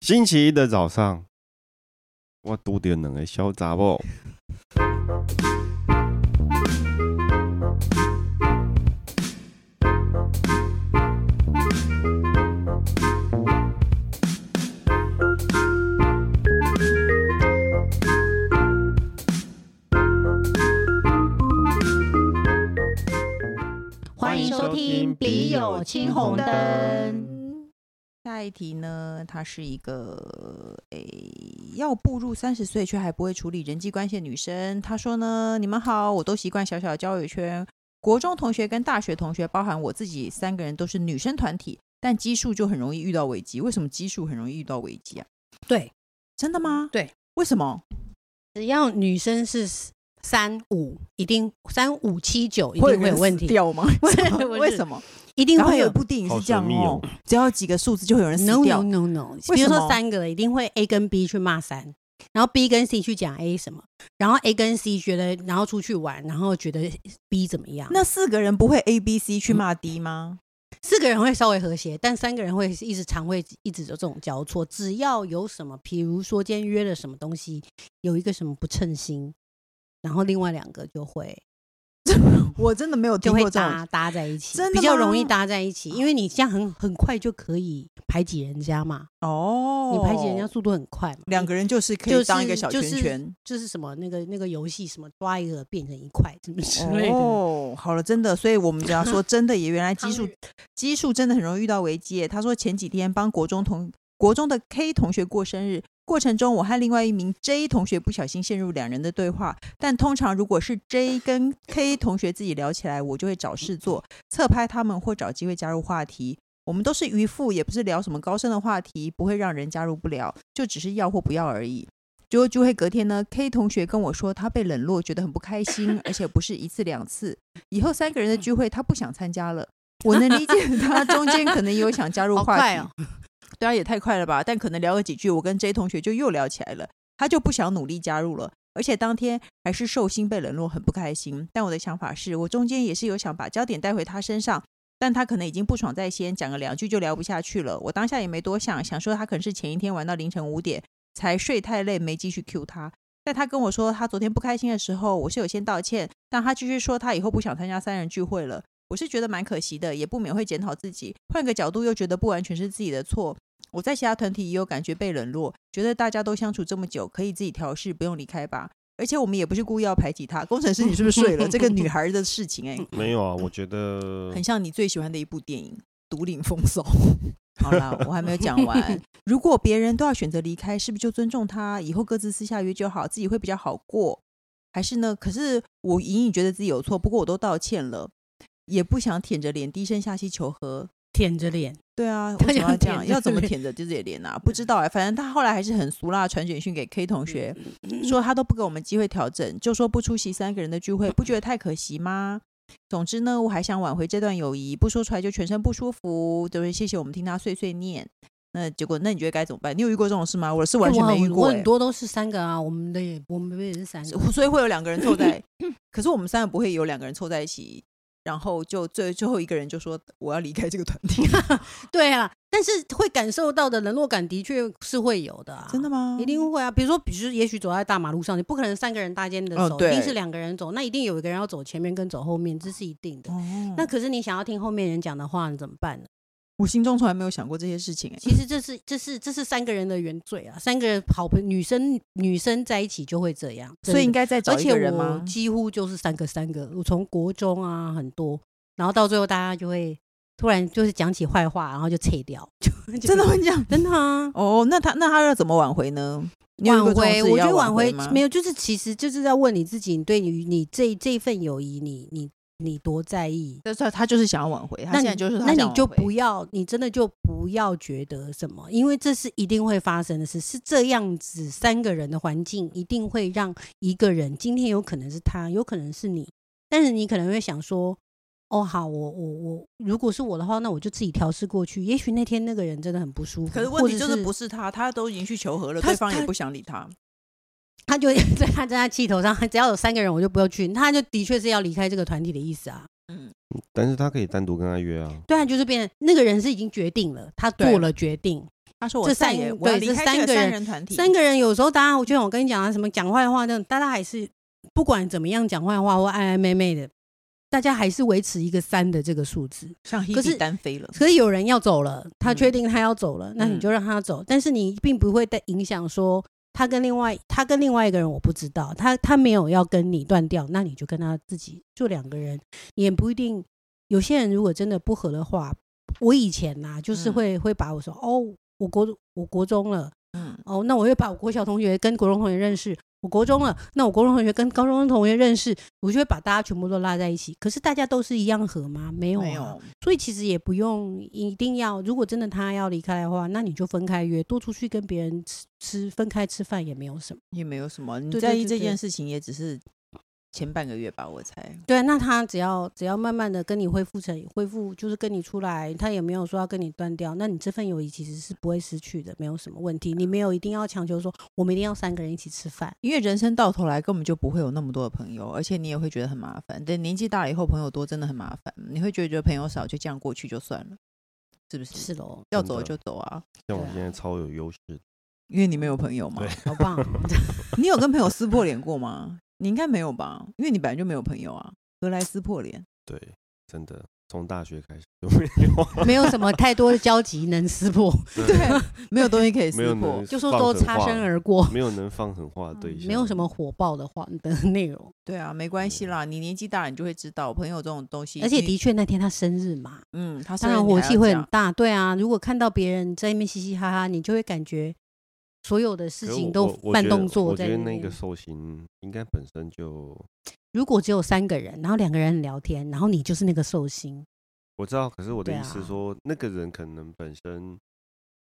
星期一的早上，我拄着两个小查某。欢迎收听《笔友青红灯》。下一题呢，她是一个诶、要步入三十岁却还不会处理人际关系的女生。她说呢：“你们好，我都习惯小小的交友圈，国中同学跟大学同学，包含我自己，三个人都是女生团体，但基数就很容易遇到危机。为什么基数很容易遇到危机啊？对，真的吗？对，为什么只要女生是三五，一定三五七九一定会有人问死题，掉吗？ 为什么？我是为什么？一定然后会有一有。部电影好是这样神秘哦哦，只要有几个数字就会有人死 No 掉 no。no no，为比如什说么三个了，一定会 A 跟 B 去骂三，然后 B 跟 C 去讲 A 什么，然后 A 跟 C 觉得，然后出去玩，然后觉得 B 怎么样？那四个人不会 A、B、C 去骂 D 吗？四个人会稍微和谐，但三个人会一直常会一直有这种交错。只要有什么，比如说今天约了什么东西，有一个什么不称心，然后另外两个就会我真的没有听就过会这种搭，搭在一起真，的比较容易吗搭在一起，因为你这样很很快就可以排挤人家嘛，哦你排挤人家速度很快嘛。两个人就是可以当一个小圈圈。就是什么那个那个游戏什么抓一个变成一块什么之类的，哦，好了，真的，所以我们只要说真 的，也原来基数基数真的很容易遇到危机耶。他说前几天帮国中同国中的 K 同学过生日，过程中我和另外一名 J 同学不小心陷入两人的对话，但通常如果是 J 跟 K 同学自己聊起来，我就会找事做，侧拍他们或找机会加入话题。我们都是渔夫，也不是聊什么高深的话题，不会让人加入不了，就只是要或不要而已。结果聚会隔天呢，K 同学跟我说他被冷落，觉得很不开心，而且不是一次两次，以后三个人的聚会他不想参加了。我能理解他中间可能也有想加入好话快题，哦！对啊，也太快了吧！但可能聊了几句，我跟 J 同学就又聊起来了，他就不想努力加入了。而且当天还是寿星被冷落，很不开心。但我的想法是我中间也是有想把焦点带回他身上，但他可能已经不爽在先，讲个两句就聊不下去了。我当下也没多想，想说他可能是前一天玩到凌晨五点才睡太累，没继续 Q 他。但他跟我说他昨天不开心的时候，我是有先道歉，但他继续说他以后不想参加三人聚会了。我是觉得蛮可惜的，也不免会检讨自己。换个角度又觉得不完全是自己的错，我在其他团体也有感觉被冷落，觉得大家都相处这么久，可以自己调试，不用离开吧。而且我们也不是故意要排挤她。工程师，你是不是睡了？这个女孩的事情、 哎，没有啊，我觉得很像你最喜欢的一部电影《独领风骚》。好啦，我还没有讲完。如果别人都要选择离开，是不是就尊重他？以后各自私下约就好，自己会比较好过。还是呢？可是我隐隐觉得自己有错，不过我都道歉了，也不想舔着脸低声下气求和。舔着脸，对啊，他为什就么要这舔样？着要怎么脸舔着自己的 脸啊？不知道哎、反正他后来还是很俗辣，传简讯给 K 同学，嗯说他都不给我们机会调整，就说不出席三个人的聚会，不觉得太可惜吗？总之呢，我还想挽回这段友谊，不说出来就全身不舒服。就是谢谢我们听他碎碎念。那结果，那你觉得该怎么办？你有遇过这种事吗？我是完全我没遇过、我欸很，多都是三个啊，我们的也我们的也是三个，所以会有两个人凑 在，可是我们三个不会有两个人凑在一起，然后就最最后一个人就说我要离开这个团 体，对啊，但是会感受到的冷落感的确是会有的、啊，真的吗？一定会啊。比如说，比如也许走在大马路上，你不可能三个人搭肩的哦走，对一定是两个人走，那一定有一个人要走前面跟走后面，这是一定的。哦，那可是你想要听后面人讲的话，你怎么办呢？我心中从来没有想过这些事情、欸，其实这是这是这是三个人的原罪啊，三个人好朋女生女生在一起就会这样，所以应该该再找而一且个人我吗？几乎就是三个三个，我从国中啊很多，然后到最后大家就会突然就是讲起坏话，然后就 撤掉，就真的会这样？真的啊。哦，那他那他要怎么挽回呢？你有挽遇过这种回，事我觉要得挽挽回吗？没有，就是其实就是在问你自己，你对你你这这一份友谊，你你你多在意？但是他他就是想要挽回，他那现你在就是他那想你挽就回不要，你真的就不要觉得什么，因为这是一定会发生的事，是这样子。三个人的环境一定会让一个人，今天有可能是他，有可能是你，但是你可能会想说，哦，好，我我我，如果是我的话，那我就自己调试过去。也许那天那个人真的很不舒服，可是问或题者就是是不是他，他都已经去求和了，他对方也他不想理他。他 就在他在他气头上， 只要有三个人我就不要去，他就的确是要离开这个团体的意思啊。嗯，但是他可以单独跟他约啊。对啊，就是变成那个人是已经决定了，他对做了决定，他说我这再三也我对要离这开三这个三人人团体，三个人有时候大家，我就像我跟你讲啊，什么讲坏话那种，大家还是不管怎么样讲坏话或爱爱妹妹的，大家还是维持一个三的这个数字。像可 Hebe 是单飞了，可是有人要走了，他嗯确定他要走了，那你就让他走，但是你并不会带影响说他跟另外他跟另外一个人我不知道，他他没有要跟你断掉，那你就跟他自己就两个人，你也不一定。有些人如果真的不合的话，我以前呐、就是嗯会、会把我说哦，我国我国中了。嗯，哦，那我会把我国小同学跟国中同学认识，我国中了，那我国中同学跟高中同学认识，我就会把大家全部都拉在一起。可是大家都是一样合吗？没有、啊，没有，所以其实也不用一定要，如果真的他要离开的话，那你就分开约，多出去跟别人吃吃，分开吃饭也没有什么。也没有什么，你对对在意对这对件事情也只是前半个月吧，我猜，对啊，那他只要只要慢慢的跟你恢复成恢复，就是跟你出来，他也没有说要跟你断掉，那你这份友谊其实是不会失去的，没有什么问题。你没有一定要强求说我们一定要三个人一起吃饭。因为人生到头来根本就不会有那么多的朋友，而且你也会觉得很麻烦。等年纪大了以后，朋友多真的很麻烦，你会觉得觉得朋友少就这样过去就算了，是不是？是喽，要真走的就走啊，像我对啊现在超有优势的，因为你没有朋友嘛。对好 棒！你有跟朋友撕 破脸过吗？你应该没有吧，因为你本来就没有朋友啊，何来撕破脸？对，真的从大学开始就没 有，没有什么太多的交集能撕破，对，没有东西可以 没有撕破能，就说放都狠擦话身而过，嗯没有能放狠话的对象，没有什么火爆的话的内容。对啊，没关系啦，你年纪大了你就会知道，朋友这种东西，而且你的确那天他生日嘛，嗯，他当然火气会很大。对啊，如果看到别人在那边嘻嘻哈哈，你就会感觉所有的可事是情我都我我慢觉得动作我觉在得边那个寿星应该本身就如果只有三个人，然后两个人很聊天，然后你就是那个寿星，我知道，可是我的对意思啊说，那个人可能本身比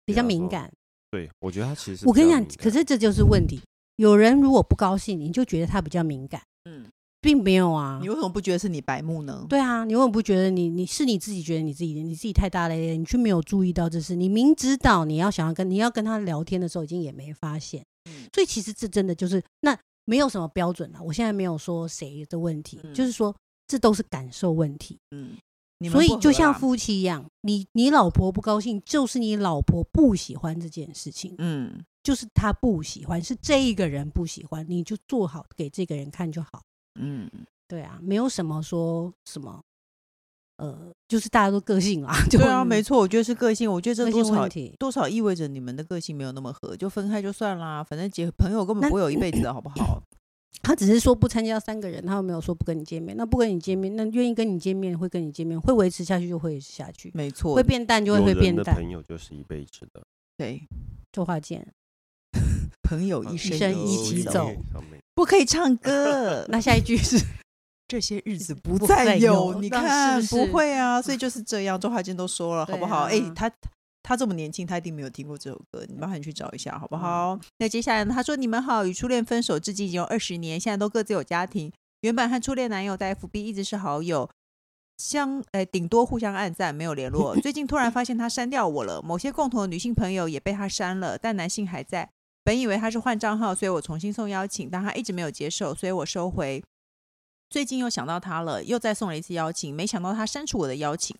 比较方敏说感。对我觉得他其实啊我哦比跟你较讲敏，可感是这就是问题。有人如果不高兴，你就觉得他比较敏感，嗯，并没有啊你。为什么不觉得是你白目呢？对啊，你永远不觉得你你是你自己觉得你自己你自己太大咧咧，你却没有注意到这事。你明知道你要想要跟你要跟他聊天的时候，已经也没发现。嗯，所以其实这真的就是那没有什么标准了。我现在没有说谁的问题，嗯就是说这都是感受问题。嗯，你们所以不合就像啦，夫妻一样，你你老婆不高兴，就是你老婆不喜欢这件事情，嗯，就是她不喜欢，是这一个人不喜欢，你就做好给这个人看就好。嗯，对啊，没有什么说什么，呃，就是大家都个性啊， 就对啊，没错，我觉得是个性，我觉得这个多性少问题。多少意味着你们的个性没有那么合，就分开就算啦，反正结朋友根本那不会有一辈子的，好不好？他只是说不参加三个人，他又没有说不跟你见面。那不跟你见面，那愿意跟你见面会跟你见面，会维持下去就会下去， 没错会，变淡就会有会人变的淡。朋友就是一辈子的，对，周华健，朋友一一哦生生一起起走，。不可以唱歌 那下一句 是这些日子不不再再有，有你那看是不是会啊，所以就是这样。周华健都说了，好不好？哎、对啊他他这么年轻，他一定没有听过这首歌，你麻烦你去找一下，好不好？那接下来呢？他说：“你们好，与初恋分手至今已经有二十年，现在都各自有家庭。原本和初恋男友在 FB 一直是好友。”相呃，顶多互相暗赞，没有联络。最近突然发现他删掉我了，某些共同的女性朋友也被他删了，但男性还在。本以为他是换账号，所以我重新送邀请，但他一直没有接受，所以我收回。最近又想到他了，又再送了一次邀请，没想到他删除我的邀请，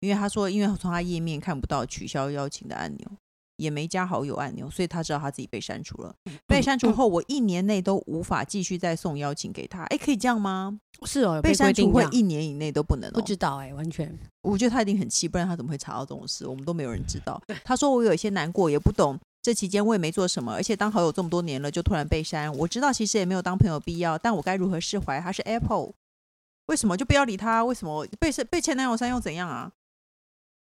因为他说，因为从他页面看不到取消邀请的按钮，也没加好友按钮，所以他知道他自己被删除了。被嗯删除后，我一年内都无法继续再送邀请给他。哎，可以这样吗？是哦，有被被删规除定会这样一年以内都不能、哦，不知道哎、完全我觉得他一定很气，不然他怎么会查到这种事？我们都没有人知道。他说我有一些难过，也不懂。这期间我也没做什么，而且当好友这么多年了，就突然被删。我知道其实也没有当朋友必要，但我该如何释怀？他是 Apple，为什么就不要理他？为什么被被前男友删又怎样啊？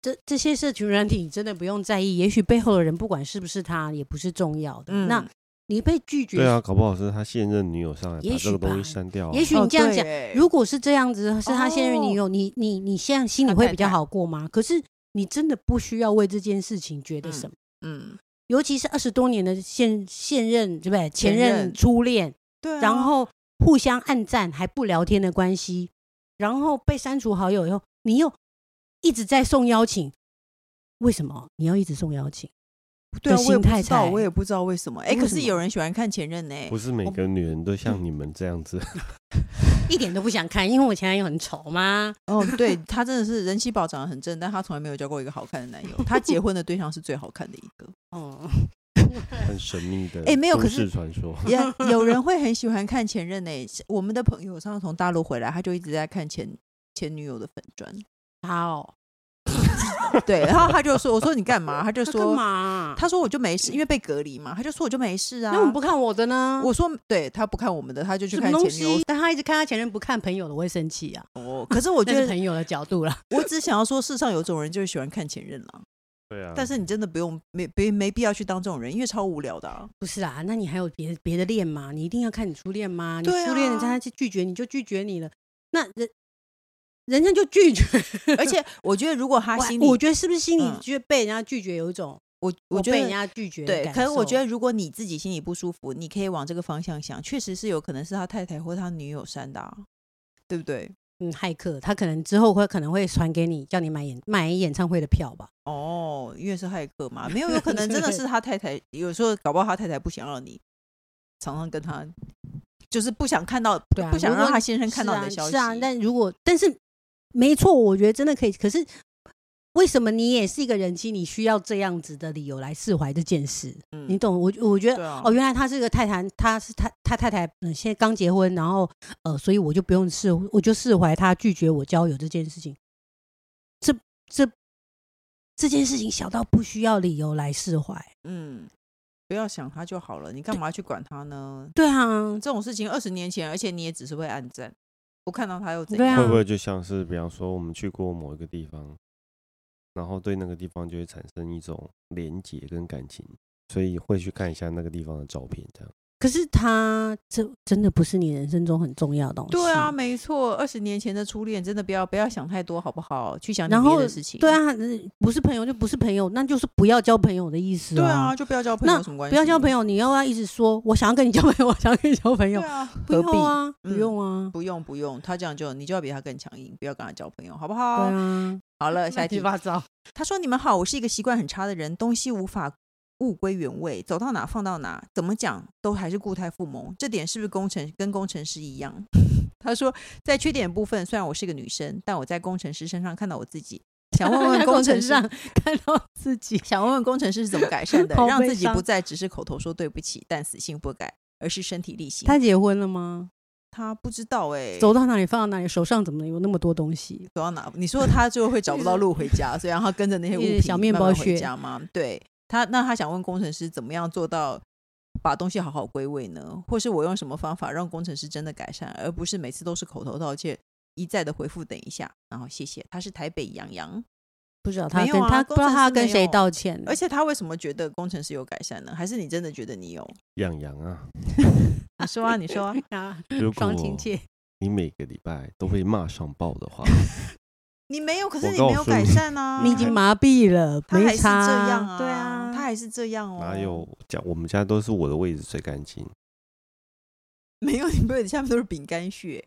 这这些社群软体你真的不用在意，也许背后的人不管是不是他，也不是重要的。嗯那你被拒绝，对啊，搞不好是他现任女友上来也把这许个东吧西删掉啊，也许哦你这样讲，讲如果是这样子，是他现任哦女友，你你你现在心里会比较好过吗？可是你真的不需要为这件事情觉得什么，嗯，尤其是二十多年的现现任，对不对？前前任任初恋，对啊、然后互相暗赞还不聊天的关系，然后被删除好友以后，你又一直在送邀请，为什么你要一直送邀请？对啊，的我也心不态知道，才我也不知道为什么。哎，为可什是么有人喜欢看前任呢、不是每我个女人都像你们这样子，一点都不想看，因为我前男友很丑嘛。哦， 对他真的是人气宝长得很正，但他从来没有交过一个好看的男友。他结婚的对象是最好看的一 个。 哦，很神秘 的，哎没有可是是传说，也有人会很喜欢看前任呢、我们的朋友上次从大陆回来，他就一直在看前前女友的粉砖，好，对，然后他就说：“我说你干嘛？”他就他干说嘛：“？他说我就没事，因为被隔离嘛。”他就说：“我就没事啊。”那我们不看我的呢？我说：“对他不看我们的，他就去什么看东前女友西。？但他一直看他前任不看朋友的，我会生气啊。哦，可是我我觉是得，朋友的角度啦。 我只想要说，世上有种人就是喜欢看前任啦。对嗯啊，但是你真的不用没没没必要去当这种人，因为超无聊的、 啊。不是啊，那你还有别别的恋吗？你一定要看你初恋吗？你对啊初恋人家去拒绝你就拒绝你了，那人人家就拒绝，而且我觉得，如果他我心里，我觉得是不是心里嗯觉得被人家拒绝有一种我我我觉被人得。家拒绝的对，感可是我受觉得，如果你自己心里不舒服，你可以往这个方向想，确实是有可能是他太太或他女友删的、啊，对不对？嗯骇客他可能之后会可能会传给你，叫你买演买演唱会的票吧。哦，因为是骇客嘛， 没有，有可能真的是他太太，有时候搞不好他太太不想让你常常跟他，就是不想看到，对啊不想如让果他先生看到你的消息。是啊，是啊但如果但是没错，我觉得真的可以。可是为什么你也是一个人妻，你需要这样子的理由来释怀这件事？嗯你懂我？我觉得对啊哦，原来他是个太太，他是他他太太，嗯、现在刚结婚，然后呃，所以我就不用释，我就释怀他拒绝我交友这件事情。这这这件事情小到不需要理由来释怀，嗯，不要想他就好了，你干嘛去管他呢？对啊，这种事情二十年前，而且你也只是会暗赞，不看到他又怎对啊样？会不会就像是比方说我们去过某一个地方，然后对那个地方就会产生一种连结跟感情，所以会去看一下那个地方的照片，这样可是他这真的不是你人生中很重要的东西。对啊，没错，二十年前的初恋，真的不要不要想太多，好不好？去想你然别后的事情。对，啊，嗯不是朋友就不是朋友，那就是不要交朋友的意思、对啊，，就不要交朋友有什么关系？不要交朋友，友，你又要一直说我想要跟你交朋友，我想要跟你交朋友对，啊，不何用必？啊，不嗯用啊，不用不用，他这样就你就要比他更强硬，不要跟他交朋友，好不对好？啊，好了，下一题。八糟。他说：“你们好，我是一个习惯很差的人，东西无法物归原位，走到哪放到哪，怎么讲都还是固态复萌。这点是不是工程跟工程师一样？” 他说：“在缺点部分，虽然我是个女生，但我在工程师身上看到我自己，想问 问在工工程程师，上看到自己，想问问工程师是怎么改 善的，好悲让自己伤不再只是口头说对不起，但死性不改，而是身体力行。”他结婚了吗？他不知道哎、走到哪里放到哪里，手上怎么有那么多东西？走到哪？你说他就会找不 到路回家，所以让他跟着那些物一品直小面包慢慢回屑家吗？对他，那他想问工程师怎么样做到把东西好好归位呢？或是我用什么方法让工程师真的改善，而不是每次都是口头道歉，一再的回复等一下，然后谢谢。他是台北杨洋，不知道他没有跟啊他工不知道程他师跟没谁有道歉，而且他为什么觉得工程师有改善呢？还是你真的觉得你有？养羊 啊。你说啊，你说啊，啊，如果双亲妾，你每个礼拜都被骂上报的啊话，你没有，可是我你告没有诉改你善啊，你已经麻痹了，他还没是这差，样啊，对啊，他还是这样哦，哪有家我们家都是我的位置最干净， 没有，你杯子下面都是饼干屑。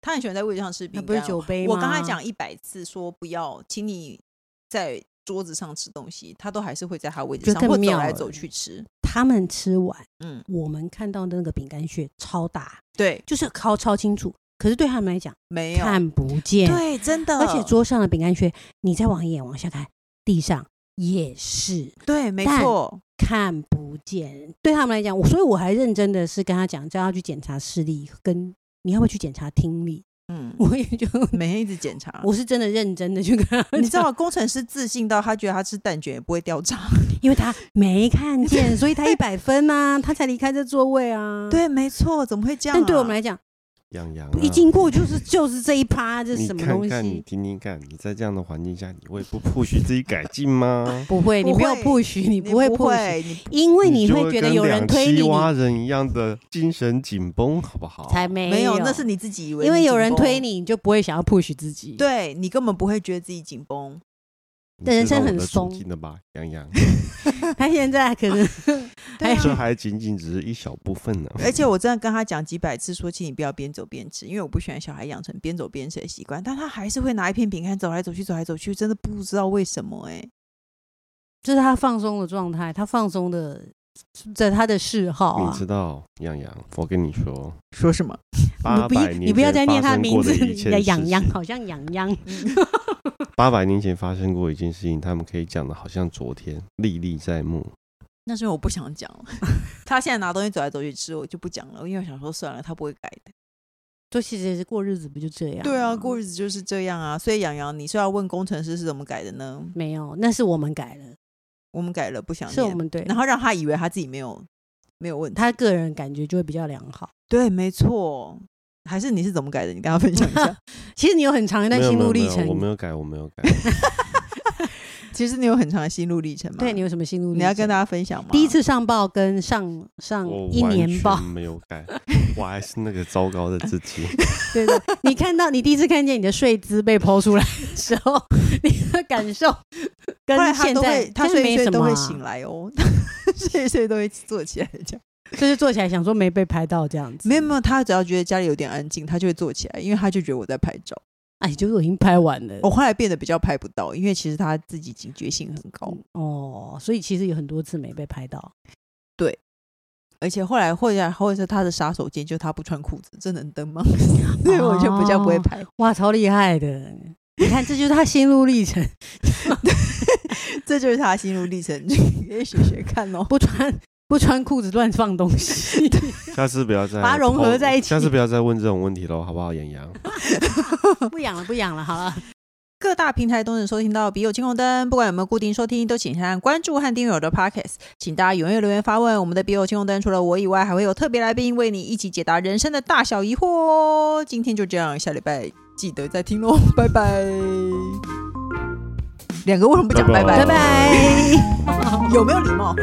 他很喜欢在位置上吃他饼不干是哦。酒杯吗？我跟他讲一百次说不要，请你在桌子上吃东西，他都还是会在他位置觉得上更或走妙来了走去吃。他们吃完，嗯，我们看到的那个饼干屑超大，对，就是超超清楚，可是对他们来讲没有，看不见，对，真的，而且桌上的饼干屑，你再往眼往下看，地上也是对，没但错，看不见。对他们来讲，我所以我还认真的是跟他讲，叫他去检查视力，跟你要不要去检查听力。嗯，我也 就每天一直检查。我是真的认真的去跟他，你知道，工程师自信到他觉得他吃蛋卷也不会 掉渣。因为他没看见，所以他一百分啊，他才离开这座位啊。，对，没错，怎么会这样啊？但对我们来讲，养羊、啊。一经过就是就是这一趴，这是你什么看东看，你西？听听看，你在这样的环境下，你会不 push 自己改进吗？不会，你没有不不会许，你你不会不不许，会，你因 为你就会觉得跟有人两推你青，蛙人一样的精神紧绷，好不好？才没没有，那是你自己以为，因为有人推，你，你就不会想要 push 自己。，对你根本不会觉得自己紧绷。你人知道生我很的处松境了吧，杨 洋？他现在可 能对还这啊，还仅仅只是一小部分呢。而且我真的跟他讲几百次，说请你不要边走边吃，因为我不喜欢小孩养成边走边吃的习惯。但他还是会拿一片饼干走来走去，走来走去，真的不知道为什么哎、这是他放松的状态，他放松的，在他的嗜好你啊知。道，杨洋，我跟你说，说什么？八不要百，你年不要再前念发他生名过的字，一你切的事痒痒情好像痒痒。八百年前发生过一件事情，他们可以讲的好像昨天，历历在目。那是因为我不想讲了。 他现在拿东西走来走去吃，我就不讲了，因为我想说算了，他不会改的。就其实也是过日子不就这样？对啊，过日子就是这样啊。所以洋洋，你是要问工程师是怎么改的呢？没有，那是我们改了，我们改了，不想念，是我们对，然后让他以为他自己没有没有问题。他个人感觉就会比较良好。对，没错。还是你是怎么改的？你跟他分享一 下。其实你有很长一没段有心没有路没历有程，我没有改，我没有改。其实你有很长的心路历程嘛？对你有什么心路历程？你要跟大家分享吗？第一次上报跟上上我嗯一完年报全，没有改，我还是那个糟糕的自己。对对， 你看到你第一次看见你的睡姿被剖出来的时候，你的感受后来跟他现都在会，他真的睡没一睡什都么会啊醒来哦， 睡一睡都会坐起来这样。就是坐起来想说没被拍到这样子，没有没有，他只要觉得家里有点安静，他就会坐起来，因为他就觉得我在拍照。哎，就是我已经拍完了我后来变得比较拍不到，因为其实他自己警觉性很高，哦，所以其实有很多次没被拍 到，而且后来或者或者是他的杀手锏就是他不穿裤子，这能登吗？ 所以我就比较不会哦拍，哇，超厉害的！你看，这就是他心路历程，这就是他的心路历程， 你可以学学看哦。不穿不穿裤子乱放东西，下次不要再把它融合在一起下次不要再问这种问题喽，好不好，杨洋？ 不养了，不养了，好了，各大平台都能收听到《笔友青红灯》，不管有没有固定收听，都请先按关注和订阅我的 Podcast。请大家踊跃留言发问。我们的《笔友青红灯》除了我以外，还会有特别来宾为你一起解答人生的大小疑惑哦。今天就这样，下礼拜记得再听喽，拜拜。两个为什么不讲拜拜拜？拜拜。 有没有礼貌？